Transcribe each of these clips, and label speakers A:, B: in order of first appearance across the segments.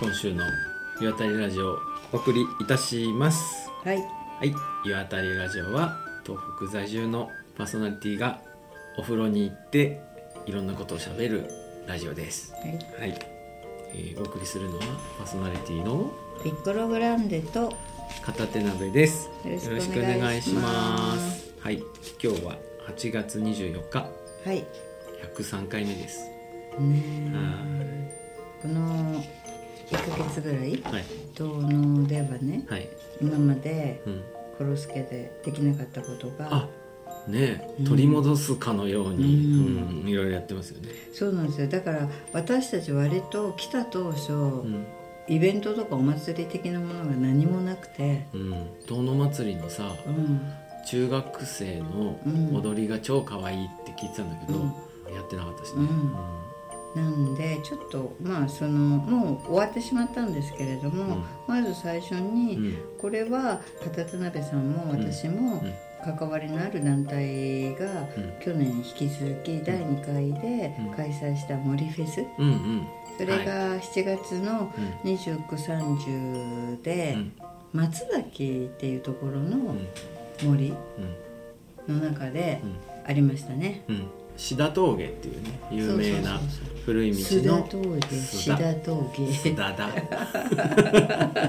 A: 今週の岩谷ラジオお送りいたします
B: はい、
A: はい岩谷ラジオは東北在住のパーソナリティがお風呂に行っていろんなことをしゃべるラジオです
B: はい、
A: はい、えーお送りするのはパーソナリティの
B: ピッコログランデと
A: 片手鍋です
B: よろしくお願いします
A: はい今日は8月24日
B: はい、
A: 103回目です
B: ね
A: は
B: この1ヶ月ぐらい
A: いはい
B: 東農ではね
A: はい
B: 今まで
A: うん
B: コロスケでできなかったこと
A: あ
B: が
A: ねえ
B: うん
A: 取り戻すかのように、
B: うん
A: うんいろいろやってますよね、
B: そうなんですよだから私たち割と来た当初、
A: うん
B: イベントとかお祭り的なものが何もなくて
A: うん、遠野祭りのさ
B: うん
A: 中学生の
B: うん
A: 踊りが超可愛いって聞いてたんだけど、やってなかったしね、
B: うんなんでちょっとまあそのもう終わってしまったんですけれども、
A: うん
B: まず最初
A: う
B: に、
A: ん
B: これは片手鍋さんも私も
A: うん
B: 関わりのある団体
A: う
B: が
A: ん
B: 去年引き続き第2回で
A: うん
B: 開催した森フェス
A: うんうん
B: それが7月の
A: うん
B: 2930で松崎っていうところの
A: うん
B: 森
A: うん
B: の中で
A: うん
B: ありましたね。
A: うん志田峠っていうね有名な
B: そうそうそう
A: 古い道
B: 須田
A: の
B: 峠
A: 須
B: 須田
A: 須
B: 峠
A: 田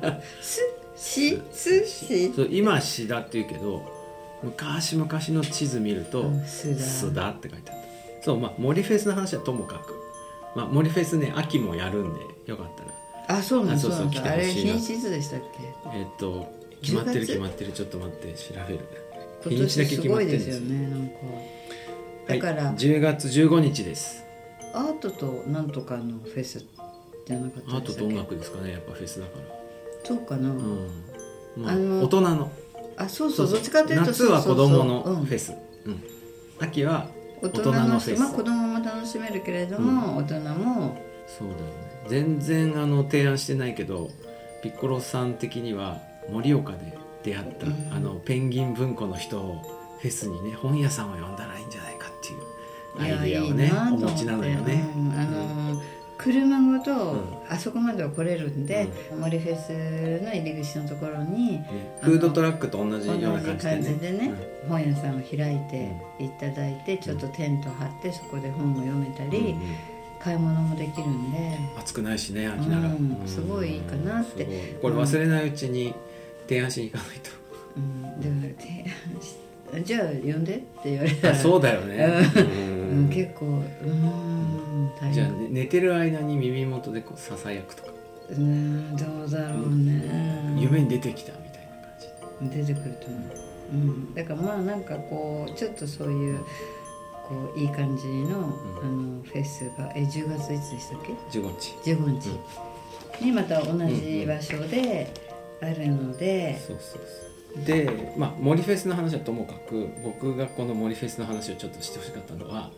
A: だ
B: すしすし
A: そう今志田っていうけど昔々の地図見ると
B: うん
A: 須
B: 須
A: 田
B: 田
A: って書いてあったそうまあ森フェスの話はともかく、まあ、森フェスね秋もやるんでよかったら
B: あそうなん
A: あ
B: だ
A: そ
B: そうう
A: そう来
B: なん
A: て
B: だあ
A: ほ
B: れ
A: しいな
B: 品質でしたっけ
A: えっ、と決まってる
B: 10月
A: 決まってるちょっと待って調べる
B: 今
A: 日にちだ
B: 年
A: け
B: す
A: 決まって
B: ごい
A: るんで
B: ですすよねなんかだから、
A: はい、10月15日です
B: アートとなんとかのフェスじゃなかっ
A: ア
B: た
A: ー
B: で
A: ト
B: した
A: と
B: っ
A: 音
B: け
A: 楽ですかねやっぱフェスだから
B: そうかな、
A: うんまあ
B: あの
A: 大人の
B: あそうそうどっちかというと
A: 夏は子供の
B: そうそうそううん
A: フェス、うん秋は大
B: 大
A: 人の
B: 人
A: フェ
B: のフェ
A: ス
B: ス、まあ、子供も楽しめるけれども、大人も
A: そうだよね全然あの提案してないけどピッコロさん的には盛岡で出会った、
B: うん
A: あのペンギン文庫の人をフェスにね本屋さんを呼んだらいいんじゃないかっていうア
B: いや
A: イデア
B: い
A: を
B: い
A: ね
B: なと
A: お
B: 思
A: 持
B: って
A: ちなのよね。
B: うんあのー車ごと、
A: うん
B: あそこまでは来れるんで、森フェスの入り口のところに
A: ね
B: あの
A: フードトラックと同じ
B: 同
A: よう
B: じ
A: な感じで
B: 感じ
A: ね。
B: でね、本屋さんを開いていただいて、ちょっとテント張ってそこで本を読めた
A: うん
B: り、
A: うん
B: 買い物もできるんで。
A: 暑くないしね秋なら、
B: うんすごいいいかなって
A: すごいこれ忘れないうちに提案しに行かないと。
B: うん、でも提案しじゃあ呼んでって言われた
A: あ
B: ら
A: そうだよね。
B: う
A: うん
B: ん、結構うーん大
A: じゃあ、
B: 変
A: ね、寝てる間に耳元でこうささやくとか、
B: うーんどうだろうね
A: 夢に出てきたみたいな感じで。
B: 出てくると思う、うん、だからまあなんかこうちょっとそういうこういい感じの,、あのフェスがえ10月いつでしたっけ
A: 15日
B: 15日にまた同じ場所であるので、
A: そうそうそうでまあ森フェスの話はともかく僕がこの森フェスの話をちょっとしてほしかったのは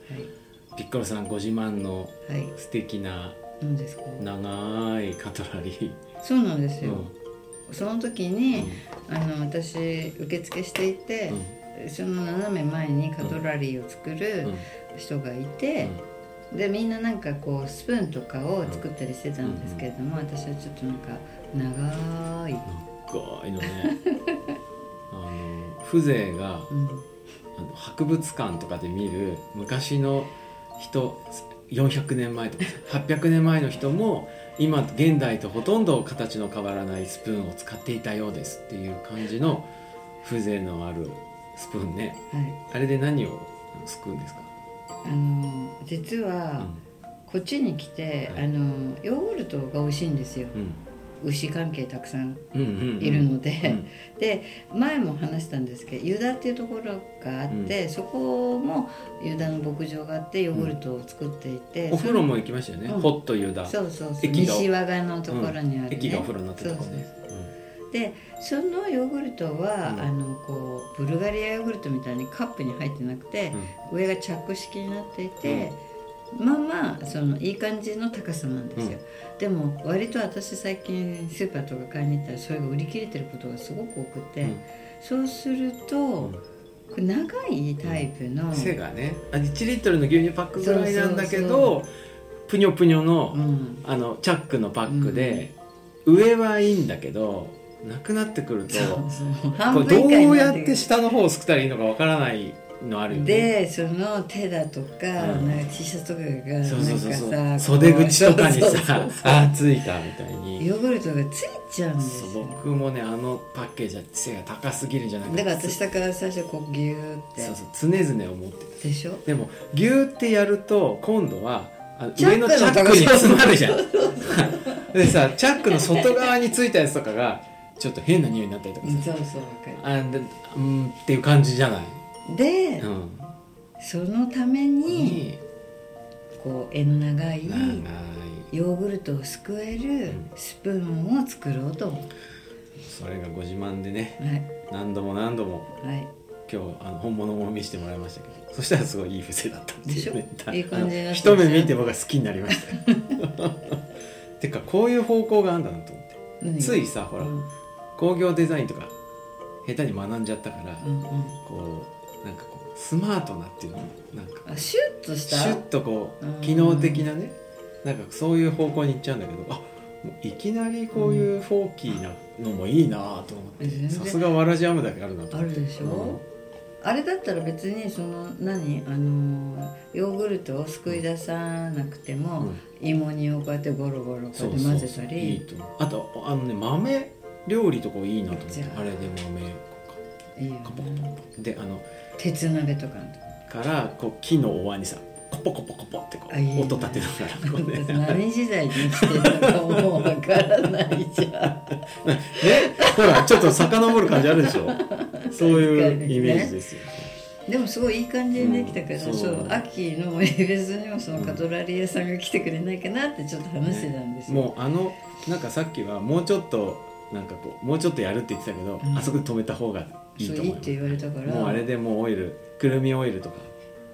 A: ピッコロさんご自慢の
B: はいはい
A: 素敵な
B: 何ですか
A: 長いカトラリ
B: そうなんです
A: ー
B: よ、
A: を
B: その時
A: う
B: に、
A: ん
B: あの私受付していて、その斜め前にカトラリーを作
A: うんう
B: る
A: ん
B: 人がいて、でみんななんかこうスプーンとかを作ったりしてたんですけれども、私はちょっとなんか長い、
A: 長いのねあの風情が
B: うん
A: あの博物館とかで見る昔の人400年前とか800年前の人も今現代とほとんど形の変わらないスプーンを使っていたようですっていう感じの風情のあるスプーンね
B: はい、
A: あれで何をすくうんですか、
B: あの実
A: う
B: は、
A: ん
B: こっちに来て、
A: はい
B: あのヨーグルトが美味しいんですよ
A: うん
B: 牛関係たくさん
A: うんうんうん、
B: いるので、
A: うん
B: で前も話したんですけどユダっていうところがあって、そこもユダの牧場があってヨーグルトを作っていて、
A: お風呂も行きましたよね、
B: うん
A: ホット湯だ
B: そそうそうそう
A: 駅が
B: 西和賀のところにある、ね
A: 駅がお風呂になってたとこ
B: そう
A: ね
B: そうでそのヨーグルトは、
A: うん
B: あのこうブルガリアヨーグルトみたいにカップに入ってなくて
A: う、
B: 上がチャック式になっていて、まあまあそのいい感じの高さなんですよ、でも割と私最近スーパーとか買いに行ったらそれが売り切れてることがすごく多くて、
A: うん
B: そうすると、
A: ん
B: これ長いタイプの、
A: うん背がねあ1リットルの牛乳パックぐらいなんだけど
B: そう
A: ぷにょぷにょの、
B: うん
A: あのチャックのパックで、上はいいんだけどなくなってくると
B: そうそう
A: こ
B: 半
A: れど
B: 分以下に
A: う
B: な
A: や
B: っ
A: ってて下の方をすくったらいいのかわからないのあるよね
B: でその手だとか,、
A: うん
B: なんか T シャツとかがなんかさ
A: そうそうそうそう
B: こう
A: 袖口とかに
B: そうそう
A: さ
B: そう
A: あーついたみたいに
B: ヨーグルトがついちゃうんです
A: そう
B: よ
A: 僕もねあのパッケージは背が高すぎるんじゃない
B: だから
A: つ
B: 私だから最初こうギューって
A: そうそう常々思ってた
B: でしょ
A: でもギューってやると今度はあ
B: チャ
A: 上
B: ックの
A: のチャックに
B: 高さ
A: 詰まるじゃん でさチャックの外側についたやつとかがちょっと変な匂いになったりとかさ
B: そうそうわかる
A: あでうんっていう感じじゃない、
B: で、
A: うん、
B: そのために
A: に
B: こう柄の長い
A: 長い
B: ヨーグルトをすくえる
A: ん
B: スプーンを作ろうと思
A: それがご自慢でね
B: うはい
A: 何度も何度も
B: はい
A: 今日あの本物も見せてもらいましたけどそしたらすごいいい不正だったっていうね
B: でしょいい感じになってました
A: 一目見て僕は好きになりましたてかこういう方向があんだなと思って
B: 何が
A: ついさほら、
B: うん
A: 工業デザインとか下手に学んじゃったから、
B: うんうん
A: こうなんかこうスマートなっていうのなんか
B: あシュッとした
A: シュッとこ
B: うん
A: う機能的なねなんかそういう方向に行っちゃうんだけどあもういきなりこういうフォーキーなのもいいなと思って、
B: うん全然
A: さすがわらじ編むだけあるなと
B: あ
A: 思っ
B: る
A: て
B: でしょ、あれだったら別にその何あのヨーグルトをすくい出さなくて
A: う
B: も、
A: ん
B: 芋煮をこうやってゴロゴロこう
A: そ
B: や
A: う
B: って
A: そう
B: 混
A: そう
B: ぜた
A: いい
B: り
A: と思うあとあのね豆料理とかいいなと思って
B: じゃあ
A: あれで豆
B: いいよね
A: カポカポであの
B: 鉄鍋とかの
A: からこう木のお椀にさコポコポコポってこ
B: あいいね
A: う音立てながらこうね
B: 何時代に生きてるのかもうわからないじゃん
A: ねほらちょっと遡る感じあるで しょそういうイメージですよ、
B: でもすごいいい感じにできたから、
A: うん
B: そ
A: そうう
B: 秋のイベントにもそのカトラリー屋さんが来てくれないかなってちょっと話してたんですよ、
A: もうあのなんかさっきはもうちょっとなんかこうもうちょっとやるって言ってたけど、
B: うん
A: あそこで止めた方がいいと
B: そう
A: 思
B: い
A: い
B: いっ
A: ま
B: て
A: す
B: 言われたから
A: もうあれでもうオイルくるみオイルとか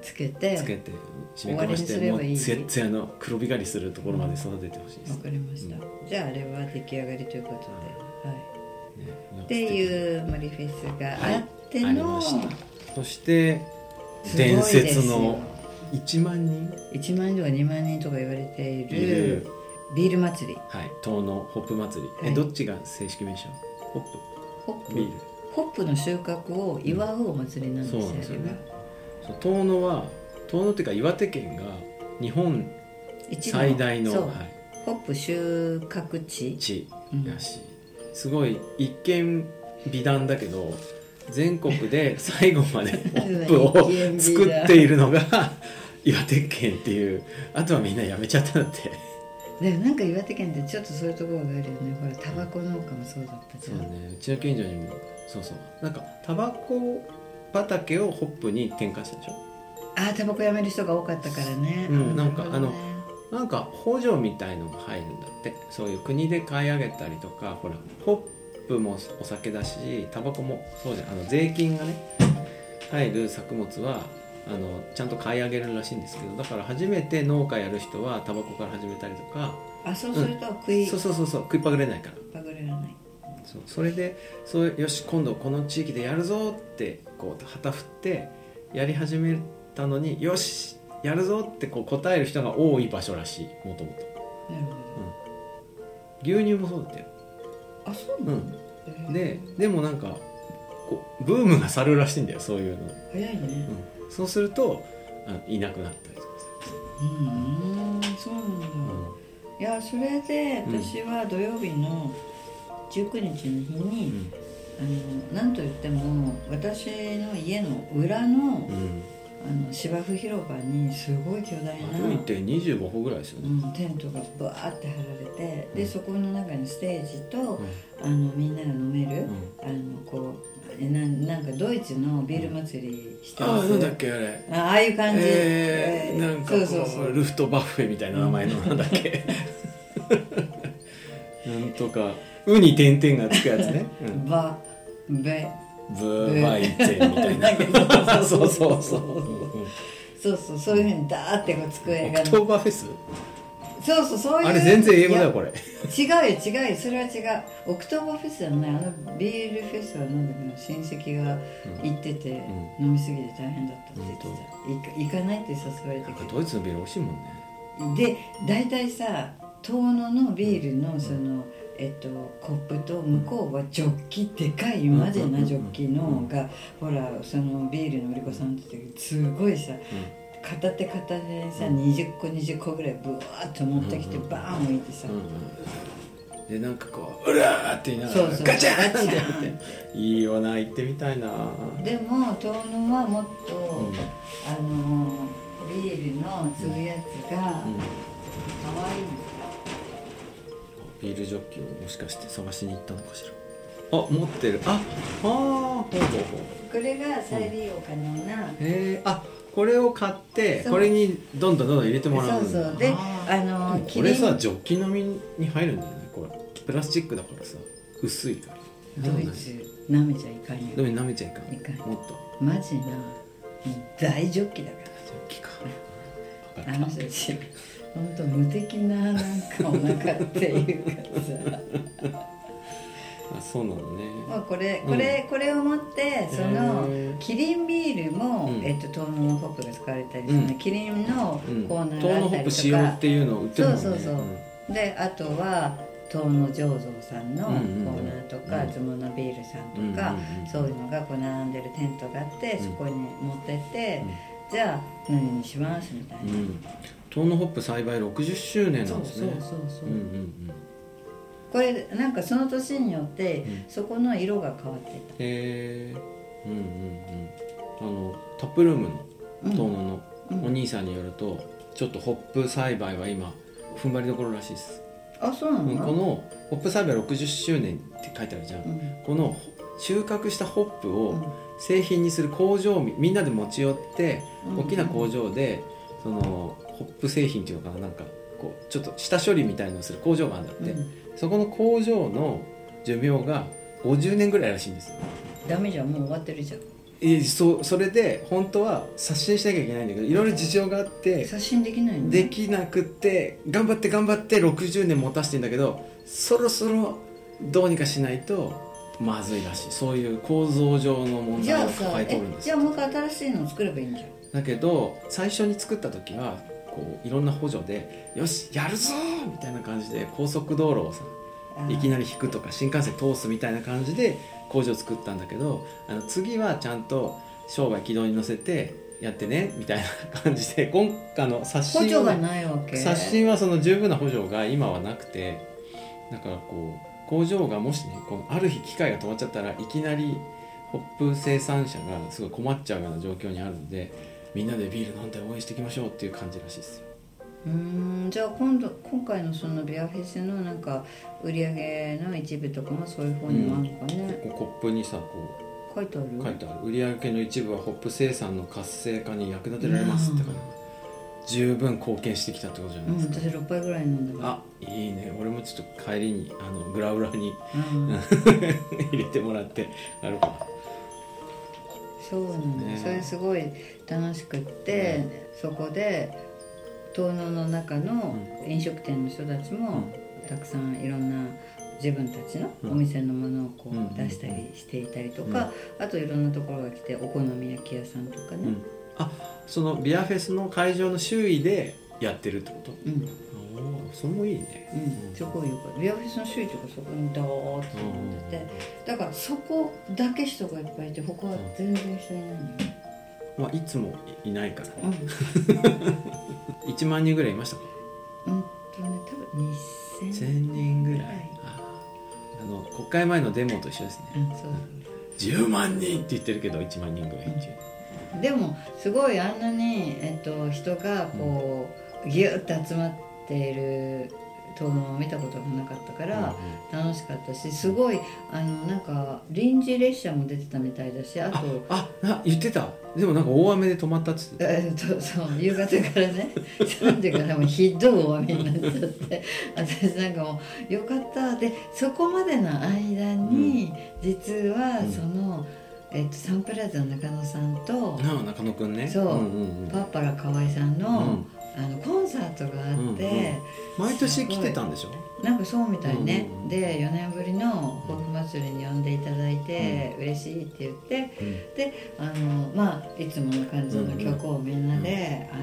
B: つけて
A: つけて締め込まし
B: 終わりにすれ
A: ても
B: ば
A: う
B: いい
A: ツヤツヤの黒光りするところまで育ててほしいです、
B: わかりました、じゃああれは出来上がりということで、はい
A: ね
B: っていうマリフェス
A: は
B: が
A: い
B: あって
A: あり
B: の、
A: ましたそして
B: すごいで
A: 伝
B: すよ
A: 説の1万人
B: 1万人とか2万人とか言われている
A: いる
B: ビール祭り
A: はい、東のホップ祭り、
B: は
A: え
B: い
A: どっちが正式名称ホッ
B: ホッ
A: プ
B: プ
A: ビール
B: ホップの収穫を祝うお祭りなんですよ、
A: そうなんですよね
B: あれは
A: そう遠野は遠野っていうか岩手県が日本
B: 一番
A: 最大
B: そう
A: の、はい、
B: ホップ収穫地、
A: 地
B: うん
A: らしい、すごい一見美談だけど全国 で最後までホップ
B: 一見美談
A: を作っているのが 岩手県っていうあとはみんなやめちゃったんだって
B: でもなんか岩手県ってちょっとそういうところがあるよねほらタバコ農家もそうだったじ
A: そ
B: ゃ、
A: うんねうちの近所にもそうそうなんかタバコ畑をホップに転換したでしょ
B: ああタバコやめる人が多かったからね、
A: うんなんか
B: るほどね
A: なんか補助みたいのが入るんだってそういう国で買い上げたりとかほらホップもお酒だしタバコもそうじゃんあの税金がね入る作物はあのちゃんと買い上げるらしいんですけどだから初めて農家やる人はタバコから始めたりとか
B: あそうすると食い
A: そうそうそうそう食いっぱぐれないから
B: パグれらない
A: そうそれでそうよし今度この地域でやるぞってこう旗振ってやり始めたのによしやるぞってこう答える人が多い場所らしいもともと。
B: なるほど
A: 牛乳もそうだったよ、
B: あそう
A: う
B: なの、
A: ん、
B: へー
A: ででもなんかこうブームが去るらしいんだよそういうの、
B: 早いね
A: うん、そうするとあいなくなったりとかさ、
B: うんそうなんだ、
A: う
B: いやそれで
A: うん
B: 私は土曜日の19日の日
A: ん
B: に、あのなんといっても私の家の裏の,、
A: うん
B: あの芝生広場にすごい巨大な、
A: 歩いて25歩ぐらいですよ
B: う
A: ね、
B: ん、テントがバーって張られてでそこの中にステージと
A: うん、
B: あのみんなが飲める、
A: うん
B: あのこうななんかドイツのビール祭りして
A: あ
B: ま
A: あ
B: す
A: なんだっけあれ
B: あああいう感じ、
A: えー、なんかこう
B: そうそうそう
A: ルフトバッフェみたいな名前のなんだっけ なんとかウに点々がつくやつね、うん
B: バベ
A: ブーバイゼンみたいな そうそうそううん
B: そうそうそういうふうにダーってこう机
A: オ
B: が
A: クトーバーフェス
B: そうそうそういう
A: あれ全然英語だよこれ
B: いや違うよ違うよそれは違うオクトーバーフェスじゃないあのビールフェスはなんだけど親戚が行ってて、
A: う
B: 飲みすぎて大変だったって言ってた、行か行かないって誘われて
A: なん
B: け
A: か
B: ど
A: ドイツのビール美味しいもんね
B: で大体さ遠野のビールのその、えっと、コップと向こうはジョッキでかいマジなジョッキのがほらそのビールの売り子さんって言ってたけどすごいさ片手片手にさ
A: うん
B: 20個20個ぐらいブワーッと持ってきて
A: うん
B: バーン置いてさ
A: うんでなんかこう「うら!」って言いながら
B: そうそう
A: ガチャンって
B: ガチ
A: や
B: ャン
A: っていいよな行ってみたいな
B: でも遠野はもっ
A: う
B: と
A: ん
B: あのビールのつぶやつが
A: うん
B: 可愛い
A: ビールジョッキをもしかして探しに行ったのかしらあ持ってるああーほうほうほう
B: これが再利用可能な
A: へえあこれを買って
B: そう
A: これにどんどんどんどん入れてもら
B: そううん
A: だ
B: そうで
A: あ
B: あ
A: ー
B: の
A: でもこれさジョッキ飲みに入るんだよねこれプラスチックだからさ薄いから
B: ドイツなめちゃいかんよ
A: でも舐めちゃいかん
B: いかん
A: もっと
B: マジな大ジョッキだか
A: ジョッキかわ
B: ら
A: か
B: あ
A: っ
B: の人たち本当無敵ななんかお腹っていうかさ
A: たあそうなのね
B: まあこれこれ、これを持ってその
A: へー
B: キリンビールも、
A: うん
B: えっと東農ホップが使われたりするの、
A: うん
B: キリンの
A: うん
B: コーナー
A: ト
B: が
A: ー
B: あ
A: ノ
B: っ
A: ホ
B: た
A: ッ
B: り
A: プ使
B: と
A: 用
B: か
A: っ、ていうのを売ってるもんね
B: そうそうそうんであとは東野醸造さんのコ
A: うんうんうん
B: ーナーとか、
A: うん
B: ズモのビールさんとか、
A: うんうんうん
B: そういうのがこう並んでるテントがあって、
A: うん
B: そこに持ってって、じゃあ何にしますみたいな。
A: うんトーノホップ栽培60周年な
B: そ
A: ん
B: う
A: です
B: そう
A: ね
B: そうそう、
A: うんうんうん
B: これなんかその年によって、
A: うん
B: そこの色が変わって
A: へえうんうんうんあのタップルームの
B: た、うん
A: 遠野の
B: うん
A: お兄さんによるとちょっとホップ栽培は今踏ん張りどころらしいです、
B: あそうな
A: う
B: の、
A: んこのホップ栽培60周年って書いてあるじゃん、
B: うん
A: この収穫したホップ
B: う
A: を
B: ん
A: 製品にする工場みみんなで持ち寄って
B: うん
A: 大きな工場でそのホップ製品っていうのかななんかこうちょっと下処理みたいのをする工場があるんだって、
B: うん
A: そこの工場の寿命が50年ぐらいらしいんです
B: ダメじゃんもう終わってるじゃん
A: えそうそれで本当は刷新しなきゃいけないんだけどいろいろ事情があって
B: 刷新できないの
A: できなくって頑張って頑張って60年持たしてんだけどそろそろどうにかしないとまずいらしいそういう構造上の問
B: じゃ
A: 題
B: あ
A: を
B: さ
A: 抱えてお
B: え
A: るんです
B: じゃあもう一回新しいの作ればいいんじゃん
A: だけど最初に作った時はこういろんな補助で「よしやるぞ!」みたいな感じで高速道路をさ
B: あー
A: いきなり引くとか新幹線通すみたいな感じで工場作ったんだけどあの次はちゃんと商売軌道に乗せてやってねみたいな感じで今回の刷新
B: 補
A: をね
B: 助がないわけ
A: 刷新はその十分な補助が今はなくてだからこう工場がもしねこうある日機械が止まっちゃったらいきなりホップ生産者がすごい困っちゃうような状況にあるんでみんなでビール飲んで応援していきましょうっていう感じらしいですよ。
B: うーんじゃあ今度今回のそのビアフェスのなんか売り上げの一部とかもそういう方にもあるのかね、
A: こうコップにさこ
B: 書いてある
A: う書いてある売上の一部はホップ生産の活性化に役立てられますってかな十分貢献してきたってことじゃな
B: う
A: い
B: ん
A: ですか。
B: 私6杯ぐらい飲んだから
A: あいいね俺もちょっと帰りにあのグラウラに
B: うん
A: 入れてもらってやろうかな。
B: そうなんだ、
A: ね
B: それすごい楽しくって、そこで東農の中の飲食店の人たちも、たくさんいろんな自分たちのお店のものをこ
A: うん
B: う出したりしていたりとか、あといろんなところが来てお好み焼き屋さんと
A: う
B: かね、
A: ん、あそのビアフェスの会場の周囲でやってるってこと
B: うんうん
A: おそれもいいね
B: すごいよかったビアフェスの周囲とかそこにダーッと飲んでてだからそこだけ人がいっぱいいて他は全然人いないのよ、
A: まあ、いつもいないからね
B: うん、
A: 1万人ぐらいいましたか
B: うんとね多分2000
A: 1000人ぐらいああの国会前のデモと一緒ですね
B: うんそう
A: 10万人って言ってるけど1万人ぐらいっていう
B: でもすごいあんなに、えっと、人がこう、ギュッと集まっている討論を見たことがなかったから、楽しかったしすごいあのなんか臨時列車も出てたみたいだしあと
A: あな言ってたでもなんか大雨で止まったっつってた
B: えっとそう夕方からね 3時からもうひどい大雨になっちゃって私なんかもう「よかった」でそこまでの間に、実は
A: うん
B: その、えっと、サンプラザの中野さんと
A: なあ中野くんね
B: そうん
A: うんうん
B: パッパラ河合さん
A: う
B: の、
A: ん、
B: あのコンサートがあって、
A: 毎年来てたんでしょ
B: なんかそうみたいね、
A: うん
B: で4年ぶりのホーム祭りに呼んでいただいて、嬉しいって言ってあのまあいつもの感じの曲をみんなで、あ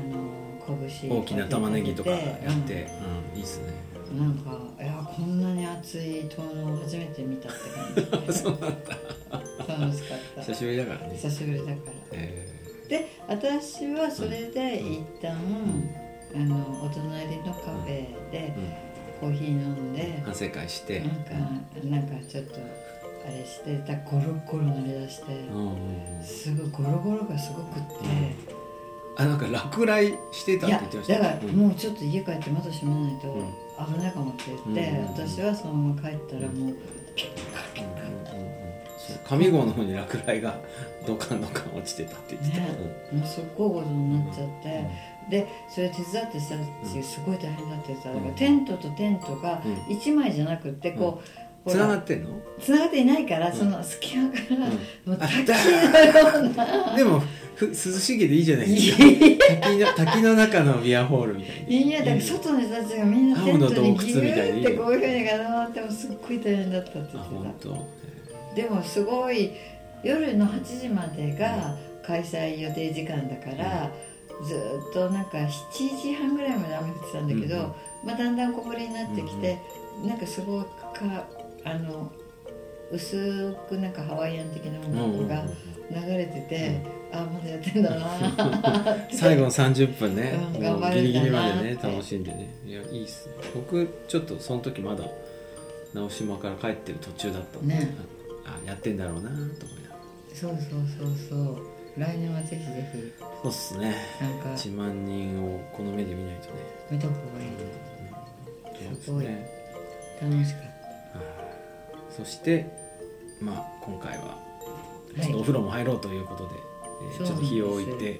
B: の拳
A: 大きな玉ねぎとか
B: 立てて
A: やって、うんいいっすね
B: うんなんかいやこんなに熱い遠野を初めて見たって 感じ
A: そうなんだ
B: 楽しかった
A: 久しぶりだからね
B: 久しぶりだから
A: え
B: で私はそれで一旦、
A: ーうん
B: あのお隣のカフェで
A: うん
B: コーヒー飲んで、
A: 反省会して
B: なんかなんかちょっとあれしてだゴロゴロ鳴り出して、
A: うんうんうん
B: すごいゴロゴロがすごくって、
A: あなんか落雷してたって
B: いや
A: 言ってました
B: だから
A: うん
B: もうちょっと家帰って窓閉めないと
A: うん
B: 危ないかもって言って、
A: うん
B: 私はそのまま帰ったらもうピッカピ
A: うんうん
B: ッカ
A: うんうんそう上郷の方に落雷が ドカンドカン落ちてたって言ってた、
B: ねもうすっごいことになっちゃって、でそれ手伝ってしたっていうすごい大変だってさ、だからテントとテントが
A: うん
B: 1枚じゃなくってこう、
A: つ
B: ほ
A: な
B: ら
A: がってんの、
B: 繋がっていないから、
A: うん
B: その隙間か
A: う
B: ら、
A: ん
B: もう滝のような
A: でもふ涼しげでいいじゃないですか
B: い
A: 滝の 滝の中のビアホールみたい
B: やいやだから
A: な
B: 外の人たちがみんなテントにギューってこういうふうに固まってもすっごい大変だったって
A: あ
B: 言って
A: 本当
B: たでもすごい夜の8時までが開催予定時間だから、ずーっとなんか7時半ぐらいまで雨降ってたんだけど、
A: うんうん
B: まあ、だんだん小降りになってきて、なんかすごいかあの薄くなんかハワイアン的な
A: うんうんう
B: 音
A: んう
B: 楽が
A: ん
B: 流れてて、あまだやってん だなーって
A: 最後の30分ね、
B: うん
A: もう
B: 頑張
A: ギ
B: る
A: リ
B: ん
A: ギ
B: だ
A: リま
B: な
A: でね
B: って
A: 楽しんでねいやいいっす僕ちょっとその時まだ直島から帰ってる途中だったんで、
B: ね
A: ああやってんだろうなと思いながら
B: そうそうそうそう来年はぜひぜひ
A: そうっすね
B: なんか
A: 1万人をこの目で見ないとね
B: 見とこがいい
A: そうです
B: すごい
A: ね
B: 楽しかっ
A: はいそしてまあ今回は
B: た
A: ちょっとお
B: はい
A: 風呂も入ろうということで、えー
B: そう
A: ちょ
B: な
A: っ
B: ん
A: と
B: です
A: 日を置いて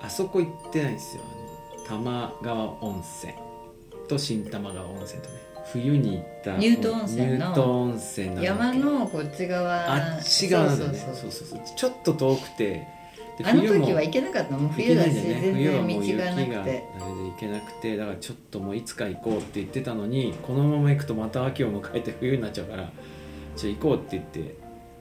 A: あそこ行ってないんですよあの玉川温泉と新玉川温泉とね冬に行った
B: 乳頭温泉の
A: 乳頭温泉なんだっけ
B: 山のこっち側
A: あっち側なんだよね
B: そう
A: そ
B: そうう
A: そうそうちょっと遠くてで
B: あの
A: 冬も
B: 時は行けなかったもう
A: 行
B: 冬
A: けな
B: だ
A: いん
B: し、
A: だよね
B: 全
A: 冬は
B: 然
A: もう雪
B: 道
A: が
B: が
A: あ
B: な
A: れで
B: くて
A: 行けなくてだからちょっともういつか行こうって言ってたのにこのまま行くとまた秋を迎えて冬になっちゃうからじゃあ行こうって言って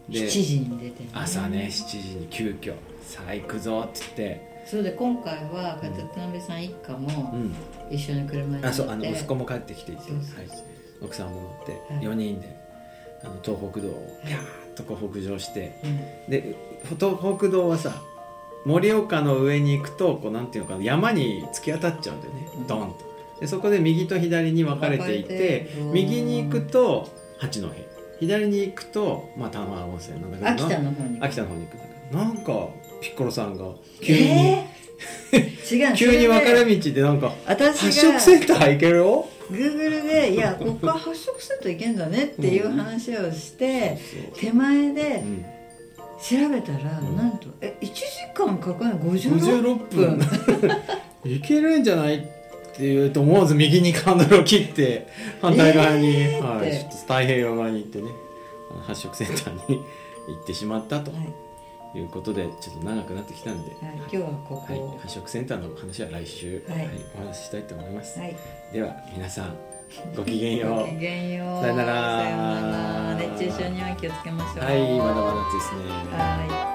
A: で
B: 7時に出てね
A: 朝ね7時に急遽さあ行くぞって言って
B: そうで今回は片田辺さん一家
A: う
B: も
A: ん
B: 一緒に車に乗って、
A: あそうあの息子も帰ってきていて
B: そうそうそう
A: はい奥さんも乗って
B: はい
A: 4人であの東北道をピャーっとこう北上して
B: うん
A: で東北道はさ盛岡の上に行くとこうなんていうのかな山に突き当たっちゃうんだよね、
B: うん
A: ドンとでそこで右と左に分かれていて
B: 分かれてうん
A: 右に行くと八戸左に行くと、まあ、玉川温泉なんだけどな
B: 秋田の方に
A: 秋田の方に行くんだけどなんかピッコロさんが急に、
B: えー 違う
A: 急に分かれ
B: る
A: 道でなんか「
B: 私が
A: 発色センター行けるよ」
B: グーグルで「いやここは発色するといけんだね」っていう話をして、
A: そう
B: 手前
A: う
B: で
A: ん
B: 調べたら、
A: うん
B: なんとえ1時間かかんない56
A: 56
B: 分
A: 分いけるんじゃないって言うと思わず右にハンドルを切って反対側に、
B: えーっ
A: は
B: て
A: い、ちょっと太平洋側に行ってねあの発色センターに 行ってしまったと
B: はい、
A: いうことでちょっと長くなってきたんで、
B: はい、今日はここ
A: はい
B: を
A: 発色センターの話は来週、
B: はい
A: お話ししたいと思います、
B: はい、
A: では皆 さんごきげんよう
B: ごきげんよう
A: さよなら
B: さよなら熱中症には気をつけましょう
A: はいまだまだですね
B: はい